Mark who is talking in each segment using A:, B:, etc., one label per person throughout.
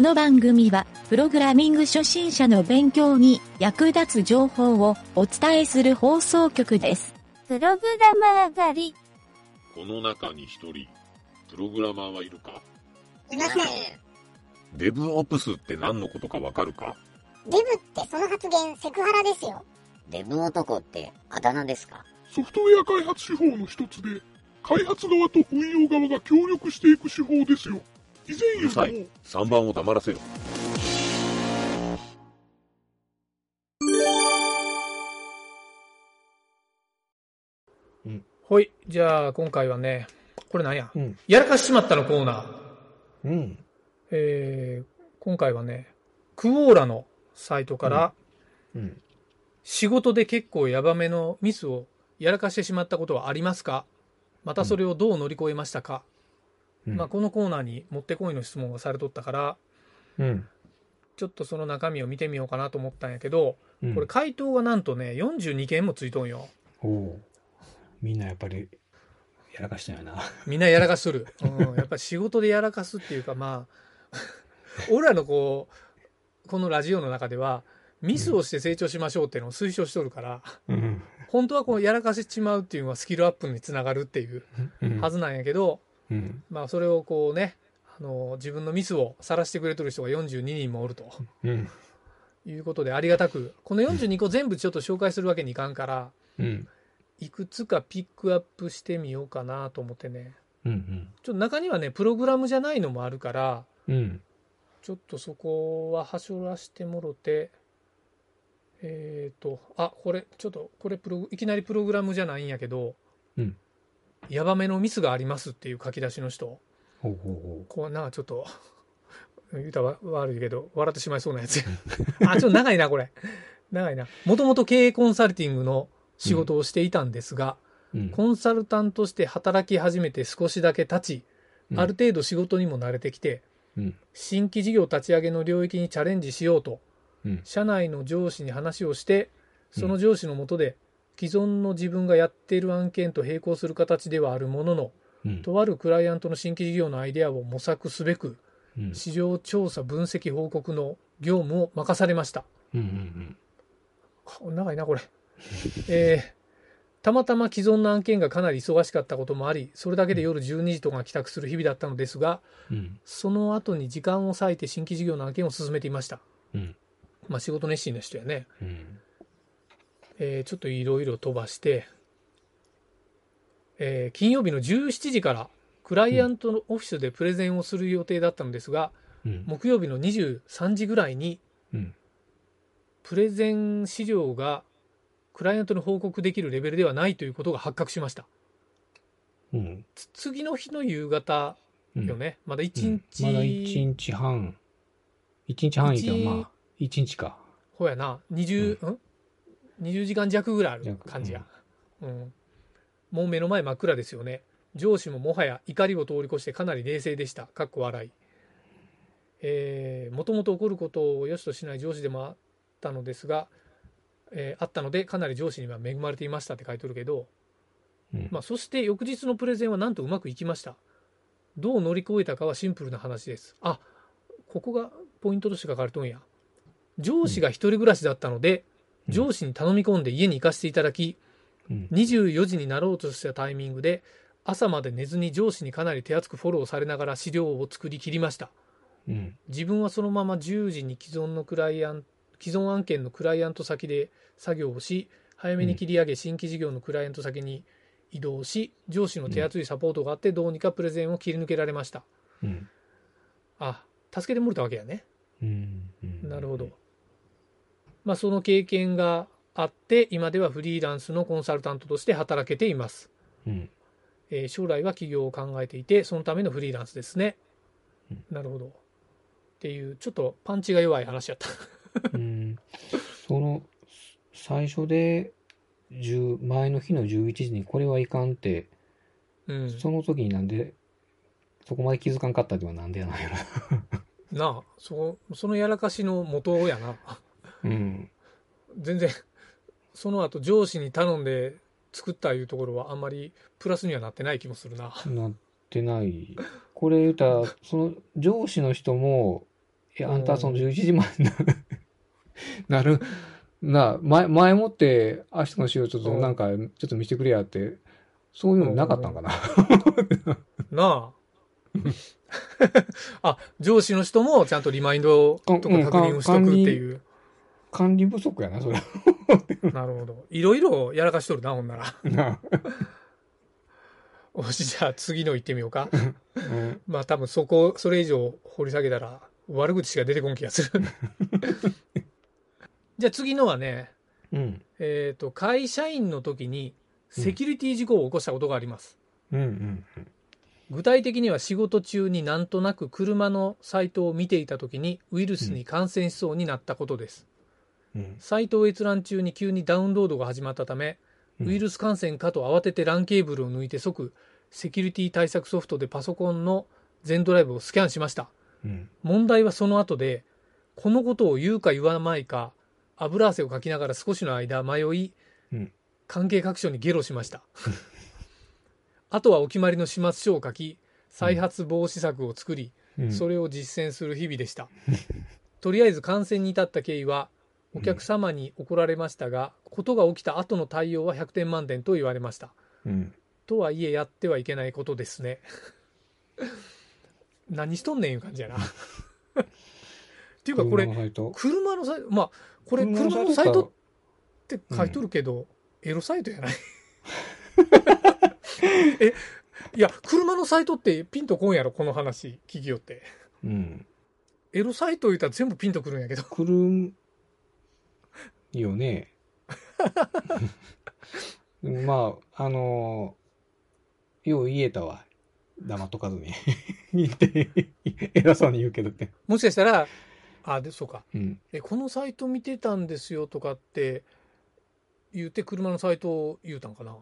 A: の番組は、プログラミング初心者の勉強に役立つ情報をお伝えする放送局です。
B: プログラマー狩り。
C: この中に一人、プログラマーはいるか
D: いません。
C: デブオプスって何のことかわかるか
D: デブってその発言セクハラですよ。
E: デブ男ってあだ名ですか
F: ソフトウェア開発手法の一つで、開発側と運用側が協力していく手法ですよ。以
C: う
F: 前よ
C: るさ
F: りも
C: い、3番を黙らせろ。
G: ほい。じゃあ、今回はね、これなんや、
H: うん
G: やらかしちまったのコーナー。
H: うん。
G: えー、今回はね、クオーラのサイトから、
H: うん。
G: 仕事で結構ヤバめのミスをやらかしてしまったことはありますかまたそれをどう乗り越えましたか、
H: うん
G: まあ、このコーナーにもってこいの質問がされとったから、
H: うん。
G: ちょっとその中身を見てみようかなと思ったんやけど、
H: うん
G: これ回答がなんとね、42件もついとんよ。
H: おおう。みんなやっぱり、やらかしたよな。
G: みんなやらかする。うん、やっぱり仕事でやらかすっていうか、まあ、 俺らのこう、このラジオの中では、ミスをして成長しましょうっていうのを推奨しとるから、
H: うん。
G: 本当はこうやらかしちまうっていうのはスキルアップにつながるっていう
H: うん
G: はずなんやけど、
H: うん。
G: まあそれをこうね、あの、自分のミスを晒してくれとる人が42人もおると
H: うん。
G: いうことでありがたく、この42個全部ちょっと紹介するわけにいかんから、
H: うん。
G: いくつかピックアップしてみようかなと思ってね。
H: うん。
G: ちょっと中にはね、プログラムじゃないのもあるから、
H: うん。
G: ちょっとそこははしょらしてもろて、えっ、と、あ、これ、ちょっと、これプログ、いきなりプログラムじゃないんやけど、
H: うん
G: ヤバめのミスがありますっていう書き出しの人、
H: ほうほ
G: こう、なんかちょっと、 言うたら悪いけど、笑ってしまいそうなやつ や。あ、ちょっと長いな、これ。長いな。もともと経営コンサルティングの仕事をしていたんですが、
H: うほう。うん。
G: コンサルタントとして働き始めて少しだけ経ち、
H: うん
G: ある程度仕事にも慣れてきて、
H: うん
G: 新規事業立ち上げの領域にチャレンジしようと、
H: うん
G: 社内の上司に話をして、その
H: うん
G: 上司のもとで、既存の自分がやっている案件と並行する形ではあるものの、
H: うん。
G: とあるクライアントの新規事業のアイデアを模索すべく、
H: うん。
G: 市場調査分析報告の業務を任されました。
H: うん。うん。
G: あ長 いなこれえーたまたま既存の案件がかなり忙しかったこともありそれだけで夜12時とか帰宅する日々だったのですが
H: うん。
G: その後に時間を割いて新規事業の案件を進めていました、
H: うん
G: まあ仕事熱心な人やね、
H: うん。
G: えーちょっといろいろ飛ばして、えー金曜日の17時からクライアントのオフィスでプレゼンをする予定だったのですが、
H: うん。
G: 木曜日の23時ぐらいに
H: うん。
G: プレゼン資料がクライアントに報告できるレベルではないということが発覚しました
H: うん。
G: つ次の日の夕方
H: うん。
G: よね、まだ
H: う
G: 1
H: ん
G: 日、
H: まだ一日半。一日半いいけど、まあ、一日か。
G: ほやな20、うん20時間弱ぐらいある
H: 弱
G: 感じや、うんもう目の前真っ暗ですよね上司ももはや怒りを通り越してかなり冷静でしたかっこ笑いえーもともと怒ることを良しとしない上司でもあったのですが、えーあったのでかなり上司には恵まれていましたって書いてるけど、
H: うん
G: まあ、そして翌日のプレゼンはなんとうまくいきましたどう乗り越えたかはシンプルな話ですあここがポイントとして書かれとんや上司が一人暮らしだったので、
H: うん
G: 上司に頼み込んで家に行かせていただき、
H: うん。
G: 24時になろうとしたタイミングで朝まで寝ずに上司にかなり手厚くフォローされながら資料を作り切りました
H: うん。
G: 自分はそのまま10時に既存のクライアン既存案件のクライアント先で作業をし早めに切り上げ新規事業のクライアント先に移動し上司の手厚いサポートがあってどうにかプレゼンを切り抜けられました
H: うん。
G: あ助けてもらったわけやね
H: うん。うん
G: なるほど。。まあ、その経験があって、今ではフリーランスのコンサルタントとして働けています。
H: うん。
G: えー将来は企業を考えていて、そのためのフリーランスですね
H: うん。
G: なるほど。っていう、ちょっとパンチが弱い話 やった。
H: うん、その最初で10前の日の11時にこれはいかんって、
G: うん。
H: その時になんでそこまで気づかんかったってのはなんでやないの
G: なあ、そ、そのやらかしの元やな。
H: うん
G: 全然、その後上司に頼んで作ったいうところはあんまりプラスにはなってない気もするな。
H: なってないこれ言うたらその上司の人もえ、あんたその11時まで な、なる、な、前、前もって明日の資料ちょっと
G: うん
H: なんか、ちょっと見せてくれやって、そういうのなかったんかな。
G: な あ。あ、上司の人もちゃんとリマインドとか確認をしとくっていう。
H: 管理不足やな、それは。
G: なるほど。いろいろやらかしとるな、ほんなら。
H: な、
G: よし、じゃあ次の行ってみようか。
H: うん、
G: まあ多分そこ、それ以上掘り下げたら悪口しか出てこん気がす る。じゃあ次のはね、
H: うん、
G: えっ、と、会社員の時にセキュリティ事故を起こしたことがあります。
H: うん、うん。
G: 具体的には仕事中になんとなく車のサイトを見ていた時にウイルスに感染しそうになったことです。
H: うん、
G: サイトを閲覧中に急にダウンロードが始まったため、
H: うん
G: ウイルス感染かと慌てて LAN ケーブルを抜いて即、セキュリティ対策ソフトでパソコンの全ドライブをスキャンしました。
H: うん、
G: 問題はその後で、このことを言うか言わないか、油汗をかきながら少しの間迷い、
H: うん
G: 関係各所にゲロし ました。あとはお決まりの始末書を書き、再発防止策を作り、
H: うん。
G: それを実践する日々でした。 とりあえず感染に至った経緯は、お客様に怒られましたが、ことが起きた後の対応は100点満点と言われました。
H: うん。
G: とはいえ、やってはいけないことですね。 何しとんねんいう感じやな。 っていうか、こ
H: 車
G: れ、
H: のサイト
G: 車のサイト、まあ、これ、
H: 車の
G: 車のサイト
H: か
G: って書いとるけど、エロサイトやない え、いや、車のサイトってピンとこんやろ、この話、企業って。
H: うん。
G: エロサイト言ったら全部ピンとくるんやけど。
H: くるんよね。 まあ、あのよう言えたわ。黙っとかずに。 言って、偉そうに言うけどって。
G: もしかしたら、あ、で、そうか。
H: うん。
G: え、このサイト見てたんですよとかって言って車のサイトを言うたんかな。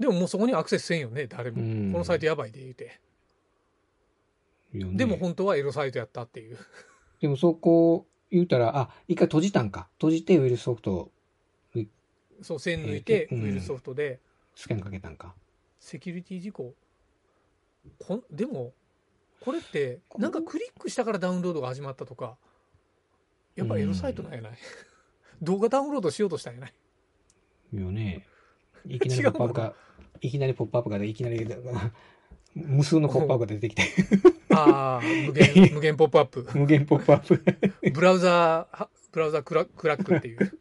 G: でももうそこにアクセスせんよね、誰も。
H: うん
G: このサイトやばいで言うて。
H: よね
G: でも本当はエロサイトやったっていう。
H: でもそこ言うたら、あ、一回閉じたんか。閉じてウイルスソフトを
G: そう、線抜いて
H: う
G: ウ
H: ん
G: イルスソフトで
H: スキャンかけたんか。
G: セキュリティ事項。こんでも、これって、なんかクリックしたからダウンロードが始まったとか、やっぱエロサイトなんやない、 動画ダウンロードしようとしたんやない
H: よね。いきなり
G: 違
H: ポ
G: う
H: ップアップが、いきなりポップアップがで、いきなり、 無数のポップアップが出てきて、
G: ああ、無限、無限ポップアップ。
H: 無限ポップアップ。
G: ブラウザーは、ブラウザークラクラックっていう。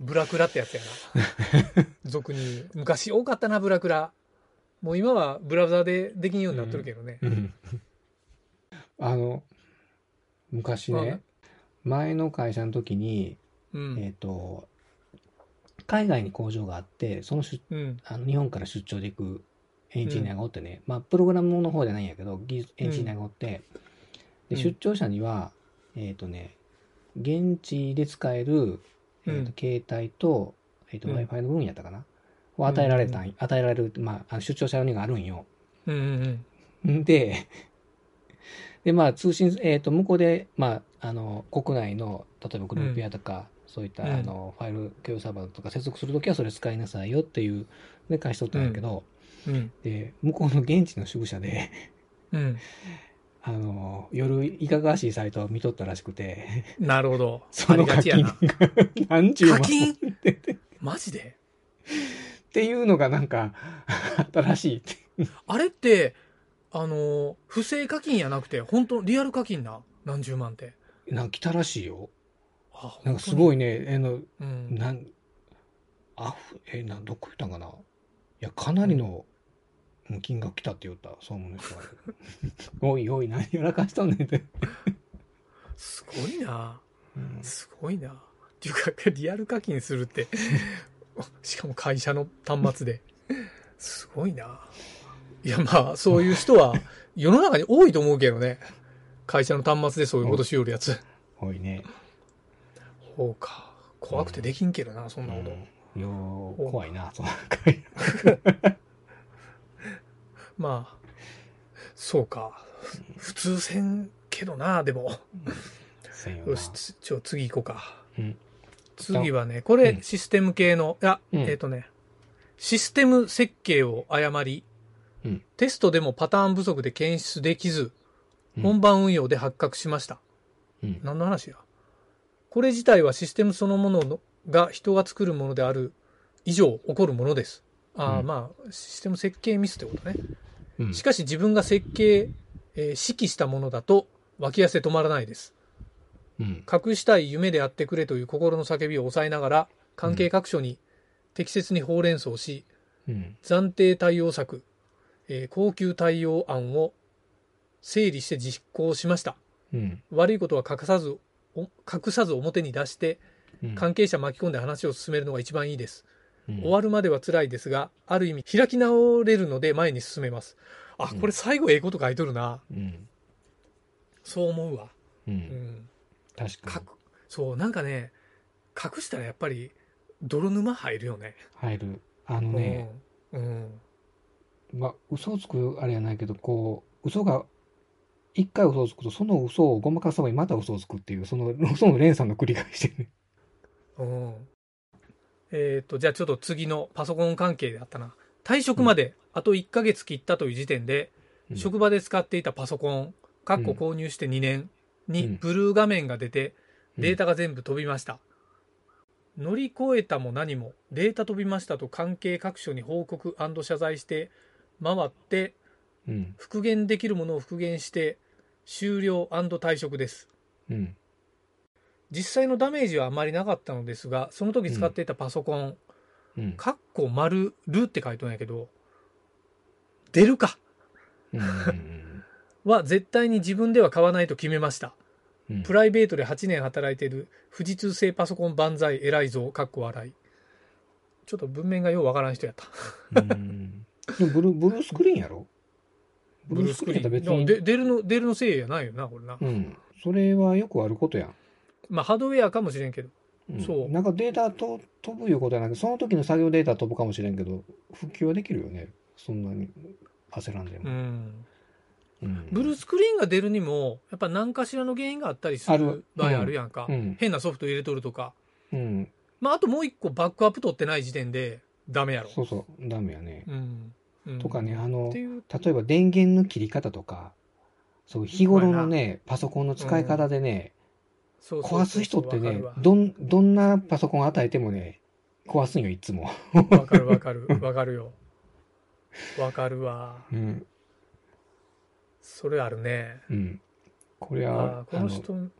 G: ブラクラってやつやな。俗に言う。昔多かったな、ブラクラ。もう今はブラウザーでできんようになっとるけどね。
H: うんあの、昔
G: はい
H: ね、前の会社の時に、
G: う
H: え
G: ん。
H: っと、海外に工場があって、その出
G: うん。
H: あの日本から出張で行くエンジニアがおってね、まあ、プログラムの方じゃないんやけど、技術エンジニアがおって、
G: うん
H: で出張者には、えっ、とね、現地で使える、えーと携帯と,、えーと
G: うん
H: Wi-Fi の分やったかな、を与えられたん、与えられる、まああの、出張者用にがあるんよ。
G: うん。うん。
H: んで、で、まあ、通信、えっ、と、向こうで、まあ、あの、国内の、例えばグループやとか、そういった、
G: うん
H: あの、ファイル共有サーバーとか接続するときはそれ使いなさいよっていう、で、返しとったんやけど、
G: うん。
H: で、向こうの現地の宿舎で、
G: うん。
H: あの、夜、いかがわしいサイトを見とったらしくて、
G: なるほど。
H: そ
G: あり
H: の
G: が
H: 課
G: ちや
H: 金が
G: な。
H: 何十万
G: 課
H: っ
G: 金マジで
H: ていうのがなんか、あったらしいって。
G: あれって、あの、不正課金やなくて、本当リアル課金な。何十万って。
H: なんか来たらしいよ。
G: あ
H: なんかすご
G: い。
H: いね、あの、
G: うん。
H: なん、アフ、え、なん、どこ行ったんかないや、かなりのうん金額来たって言った、そう思うんですよ。 おいおい、何やらかしたんねんって。
G: すごいな。
H: うん
G: すごいな。っていうか、リアル課金するって、 しかも会社の端末で。すごいな。いや、まあ、そういう人 は、世の中に多いと思うけどね。会社の端末でそういうことしよるやつ。
H: 多いね。
G: そうか。怖くてできんけどな、そんなこと。
H: うんよう、怖いな、その回。
G: まあ、そうか。普通せんけどな、でも。
H: せんよな
G: よし、つちょ、次行こうか。
H: うん
G: 次はね、これ
H: う、ん
G: システム系の、あ、
H: うん
G: えっ、とね、システム設計を誤り、
H: うん
G: テストでもパターン不足で検出できず、
H: うん
G: 本番運用で発覚しました。
H: うん
G: 何の話やこれ自体はシステムそのもののが人が作るものである以上起こるものです。ああ、
H: うん
G: まあ、システム設計ミスってことね。
H: うん
G: しかし自分が設計、えー指揮したものだと脇汗止まらないです。
H: うん
G: 隠したい夢でやってくれという心の叫びを抑えながら関係各所に適切にほうれん草し、
H: うん
G: 暫定対応策、えー高級対応案を整理して実行しました。
H: うん
G: 悪いことは隠さず、お隠さず表に出して、関係者巻き込んで話を進めるのが一番いいです。
H: うん
G: 終わるまでは辛いですが、ある意味開き直れるので前に進めます。あ、
H: うん
G: これ最後ええこと書いとるな。
H: うん
G: そう思うわ。
H: う
G: うんん。
H: 確か
G: か
H: に
G: く、そう、なんかね、隠したらやっぱり泥沼入るよね。
H: 入るあのね
G: うん。うん。
H: まあ嘘をつくあれやないけどこう嘘が一回嘘をつくとその嘘をごまかすためにまた嘘をつくっていうその 嘘の連鎖の繰り返しでね
G: うんえっ、と、じゃあちょっと次のパソコン関係だったな。退職まであと1ヶ月切ったという時点で、
H: うん
G: 職場で使っていたパソコン、かっこ購入して2年に
H: うん
G: ブルー画面が出て、データが全部飛びました。乗り越えたも何も、データ飛びましたと関係各所に報告謝罪して、回って、
H: うん
G: 復元できるものを復元して、終了退職です。
H: うん
G: 実際のダメージはあまりなかったのですが、その時使っていたパソコン、
H: うん
G: カッコ丸るって書いとんやけど、出るか
H: うんうん
G: は絶対に自分では買わないと決めました。
H: うん
G: プライベートで8年働いている富士通製パソコン万歳偉いぞ、カッコ笑い。ちょっと文面がようわからん人やった。
H: うんでもブルーブルースクリーンやろブルースクリーンやったら別
G: でも
H: に
G: で出るの、出るのせいやないよな、これな。
H: うんそれはよくあることやん
G: まあ、ハードウェアかもしれんけど。
H: ん
G: そう
H: なんかデータと飛ぶいうことはなくその時の作業データ飛ぶかもしれんけど復旧はできるよねそんなに焦らんで
G: う
H: も、
G: ん。
H: うん
G: ブルースクリーンが出るにも、やっぱ何かしらの原因があったりす
H: ある
G: る場合あるやんか。
H: うん
G: 変なソフト入れとるとか。
H: うん
G: まあ、あともう一個バックアップ取ってない時点でダメやろ。
H: そうそうダメやね、
G: うん。うん
H: とかねあの
G: っていう。
H: 例えば電源の切り方とかそう日頃のねパソコンの使い方でね、
G: そうそうそう
H: 壊す人ってね
G: わか
H: どんどんなパソコン与えてもね壊すんよいつも、
G: るわわかるわかる。わかるよ。わかるわ。
H: うん
G: それあるね。
H: うん、これは
G: ああ、この人、うん。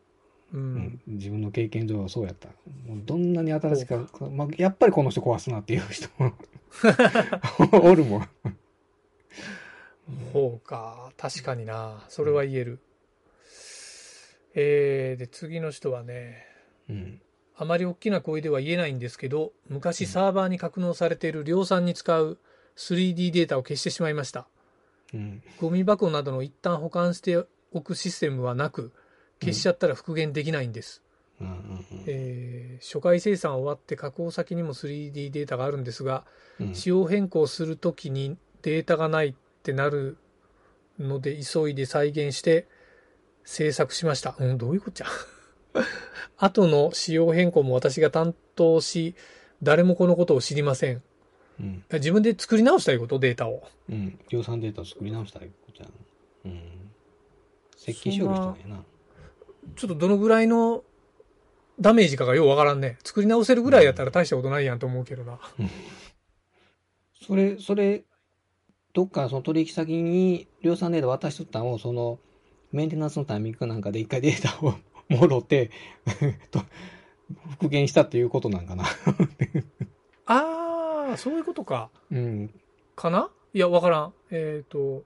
H: うん自分の経験上はそうやった。もうどんなに新しく、まあ、やっぱりこの人壊すなっていう人 もおるもん。
G: ほうか。確かにな。それは言える。えー、で、次の人はね、
H: うん。
G: あまり大きな声では言えないんですけど、昔サーバーに格納されている量産に使う 3D データを消してしまいました。
H: うん。
G: ゴミ箱などの一旦保管しておくシステムはなく、消しちゃったら復元できないんです。
H: うんうん
G: えー初回生産終わって加工先にも 3D データがあるんですが、
H: うん。
G: 仕様変更するときにデータがないってなるので、急いで再現して制作しました。うん、どういうこっちゃ。 後の仕様変更も私が担当し、誰もこのことを知りません。
H: うん。
G: 自分で作り直したいこと、データを。
H: うん。量産データを作り直したいことやん。うん。設計しよる人なんやな。
G: ちょっとどのぐらいのダメージかがようわからんね。作り直せるぐらいやったら大したことないやんと思うけどな。
H: それ、それ、どっかその取引先に量産データ渡しとったんを、その、メンテナンスのタイミングかなんかで一回データを もろて、と復元したっていうことなんかな。
G: あー、そういうことか。
H: うん。
G: かないや、わからん。えっ、と、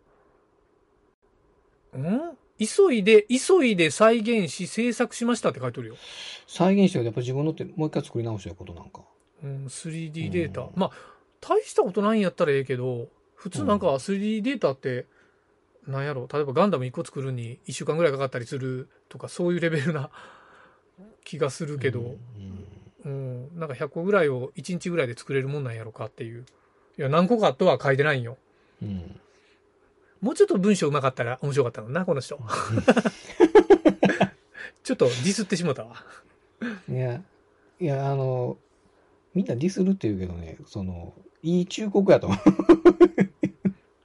G: ん急いで、急いで再現し制作しましたって書いてるよ。
H: 再現してるとやっぱ自分のってもう一回作り直してることなんか。
G: うん、3D データ。
H: うん
G: まあ、大したことないんやったらええけど、普通なんか 3D データって、なんやろ、例えばガンダム1個作るに1週間ぐらいかかったりするとか、そういうレベルな 気がするけど、
H: うん
G: うん、なんか100個ぐらいを1日ぐらいで作れるもんなんやろかっていう。いや、何個かとは書いてないんよ。
H: うん。
G: もうちょっと文章うまかったら面白かったのな、この人。 ちょっとディスってしもたわ。
H: いや、いや、あの、みんなディスるって言うけどね、その、いい忠告やと思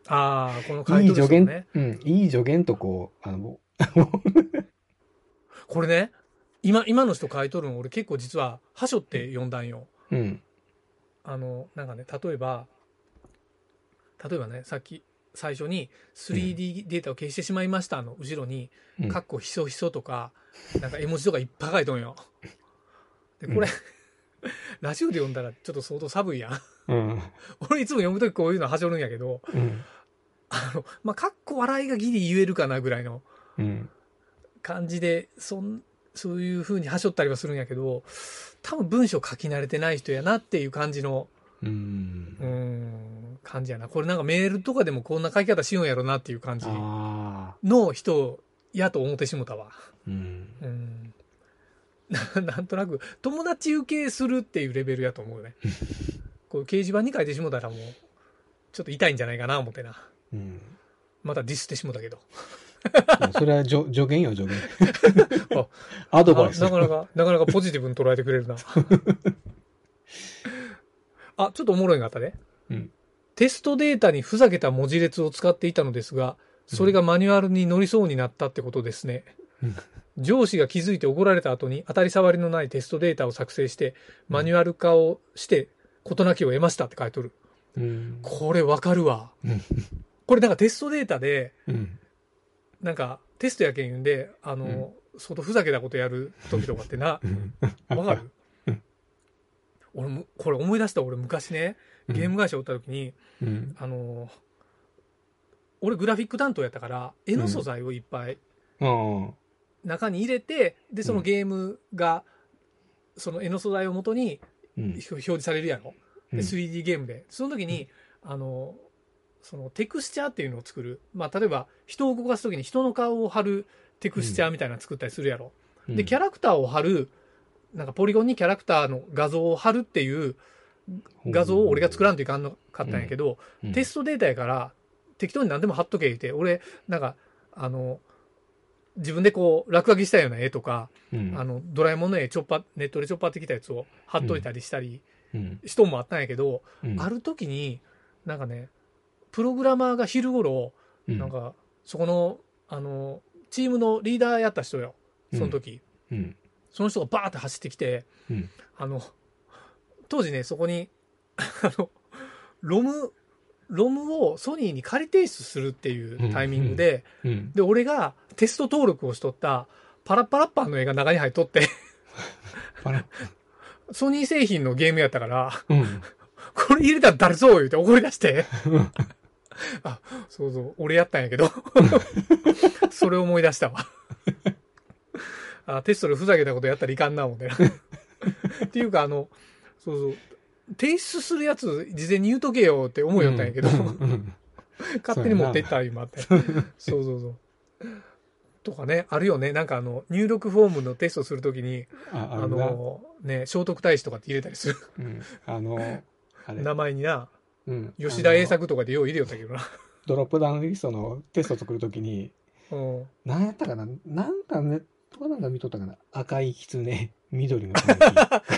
G: ああ、この
H: う。
G: 回
H: い
G: 答
H: い
G: で
H: 助
G: す
H: 言、
G: よね。
H: うん、いい助言とこう、あの、
G: これね、今、今の人書いとるの俺結構実は、はしょって読んだんよ。
H: うん。
G: あの、なんかね、例えば、例えばね、さっき、最初に 3D データを消してしまいましたの後ろに、
H: うん
G: かっこひそひそとか、なんか絵文字とかいっぱい書いとんよ。で、これ、ラジオで読んだらちょっと相当寒いやん。
H: うん。
G: 俺いつも読むときこういうのはしょるんやけど、
H: うん。
G: あの、まあ、かっこ笑いがギリ言えるかなぐらいの
H: うん。
G: 感じで、そん、そういう風にはしょったりはするんやけど、多分文章書き慣れてない人やなっていう感じの、
H: うん
G: うー。ん、感じやな。これなんかメールとかでもこんな書き方しようんやろなっていう感じ
H: ああ。
G: の人やと思ってしもたわ。
H: うん。
G: うん。ななんとなく、友達受けするっていうレベルやと思うね。こう掲示板に書いてしもたらもう、ちょっと痛いんじゃないかな思ってな。
H: うん。
G: またディスってしもたけど。
H: それは助 助言よ、助 言
G: あ。
H: アドバイス。
G: なかなか、なかなかポジティブに捉えてく れるな。あ、ちょっとおもろいのがあったね。
H: うん
G: テストデータにふざけた文字列を使っていたのですが、それがマニュアルに乗りそうになったってことですね。
H: うん
G: 上司が気づいて怒られた後に当たり障りのないテストデータを作成して、マニュアル化をして、事なきを得ましたって書いとる。
H: うん。
G: これわかるわ
H: うん。
G: これなんかテストデータで、
H: うん。
G: なんかテストやけん言うんで、あの、相当ふざけたことやる時とかってな、
H: うん
G: わかる
H: うん
G: 俺も、これ思い出した俺昔ね、ゲーム会社おった時に、
H: うん。
G: あのー俺グラフィック担当やったから、絵の素材をいっぱい
H: うん。
G: 中に入れて、で、そのゲームが、その絵の素材をもとに
H: うん。
G: 表示されるやろ。
H: う
G: で、
H: ん
G: 3D ゲームで。その時に、あのーそのテクスチャーっていうのを作る。まあ、例えば、人を動かす時に人の顔を貼るテクスチャーみたいなの作ったりするやろ。で、キャラクターを貼る、なんかポリゴンにキャラクターの画像を貼るっていう画像を俺が作らんといかんのかったんやけど、
H: うん
G: テストデータやから適当に何でも貼っとけ言うて、俺、なんか、あの、自分でこう落書きしたような絵とか、
H: うん
G: あの、ドラえもんの絵ちょっぱ、ネットでちょっぱってきたやつを貼っといたりしたり、
H: うん
G: 人もあったんやけど、
H: うん
G: ある時に、なんかね、プログラマーが昼頃、
H: うん
G: なんか、そこの、あの、チームのリーダーやった人よ、その時。
H: うん
G: その人がバーって走ってきて、
H: うん
G: あの、当時ね、そこに、あの、ロム、ロムをソニーに仮提出するっていうタイミングで、
H: うん
G: で、俺がテスト登録をしとった、パラッパラッパーの絵が中に入っとって、
H: パラ
G: ソニー製品のゲームやったから、
H: うん
G: これ入れたら誰ぞ言うて怒り出して
H: うん、
G: あ、そうそう、俺やったんやけど、 それを思い出したわ。あテストでふざけたことやったらいかんな、思ってな。っていうか、あの、そうそう、提出するやつ事前に言うとけよって思いよったんやけど、
H: うん
G: 勝手に持っていった今って。そうそうそう。とかね、あるよね。なんかあの、入力フォームのテストするときに、
H: あ
G: あ
H: あのな
G: の、ね、聖徳太子とかって入れたりする。
H: うんあのあれ
G: 名前にな、
H: うん
G: 吉田栄
H: あの
G: 作とかでよう入れよったけどな。
H: ドロップダウンリストのテスト作るときに
G: うん。
H: 何やったかななんかネットかなんか見とったかな赤い狐緑の狸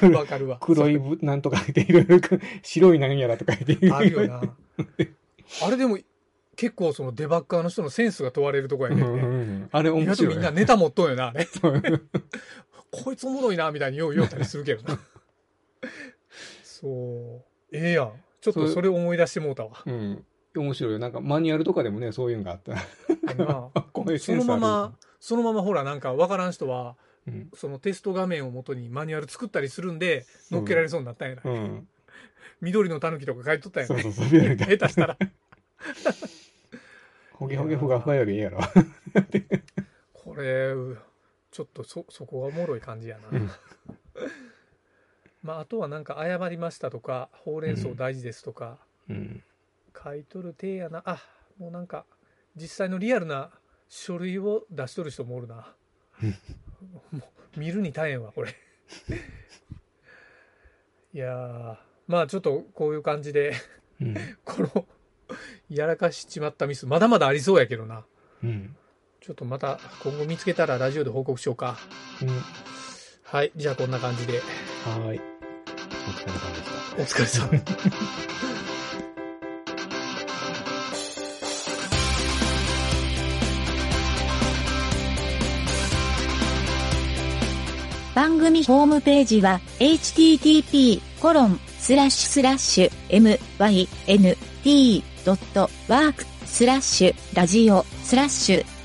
H: 黒
G: わかるわ。
H: 黒いぶなんとかでいろいろ 白いなんやらとか言って
G: あるよな。あれでも、結構そのデバッカーの人のセンスが問われるとこや
H: う
G: け
H: ん
G: ど
H: う
G: ね。
H: んうんあれ
G: 意
H: 面
G: 外と
H: 白
G: み
H: い
G: んなネタ持っとんよな、あれ。
H: そう
G: こいつおもろいな、みたいによう言おったりするけどな。そう。ええやん。ちょっとそれ思い出してもうたわ。
H: うん面白いよなんかマニュアルとかでもねそういうのがあった
G: あのな
H: これセ
G: そ
H: ン
G: の
H: スあ
G: ま
H: る
G: ま、そのままほら、なんかわからん人は、
H: うん
G: そのテスト画面を元にマニュアル作ったりするんで、乗っけられそうになったんやな。
H: うん
G: 緑の狸とか書いとったんや
H: そう
G: ね。
H: そうそう、ビアルだ。
G: 下手したら。
H: ほげほげふがふがよりええやろ。
G: これ、うちょっとそ、そこがおもろい感じやな。
H: うん
G: まあ、あとはなんか、謝りましたとか、ほうれん草大事ですとか、
H: うん。
G: 買い取る手やな。あ、もうなんか、実際のリアルな書類を出しとる人もおるな。もう、見るに耐えんわ、これ。 いやー、まあちょっとこういう感じで、
H: うん。
G: この、やらかしちまったミス、まだまだありそうやけどな。
H: うん。
G: ちょっとまた、今後見つけたらラジオで報告しようか。はい、じゃあこんな感じで、
H: はーい。お疲れ様でした。
G: お疲れ様。
A: 番組ホームページは http://myn.t.work.radio.net コロンスラッシュスラッシュ MYNT ドットワークスラッシュラジオスラッシュ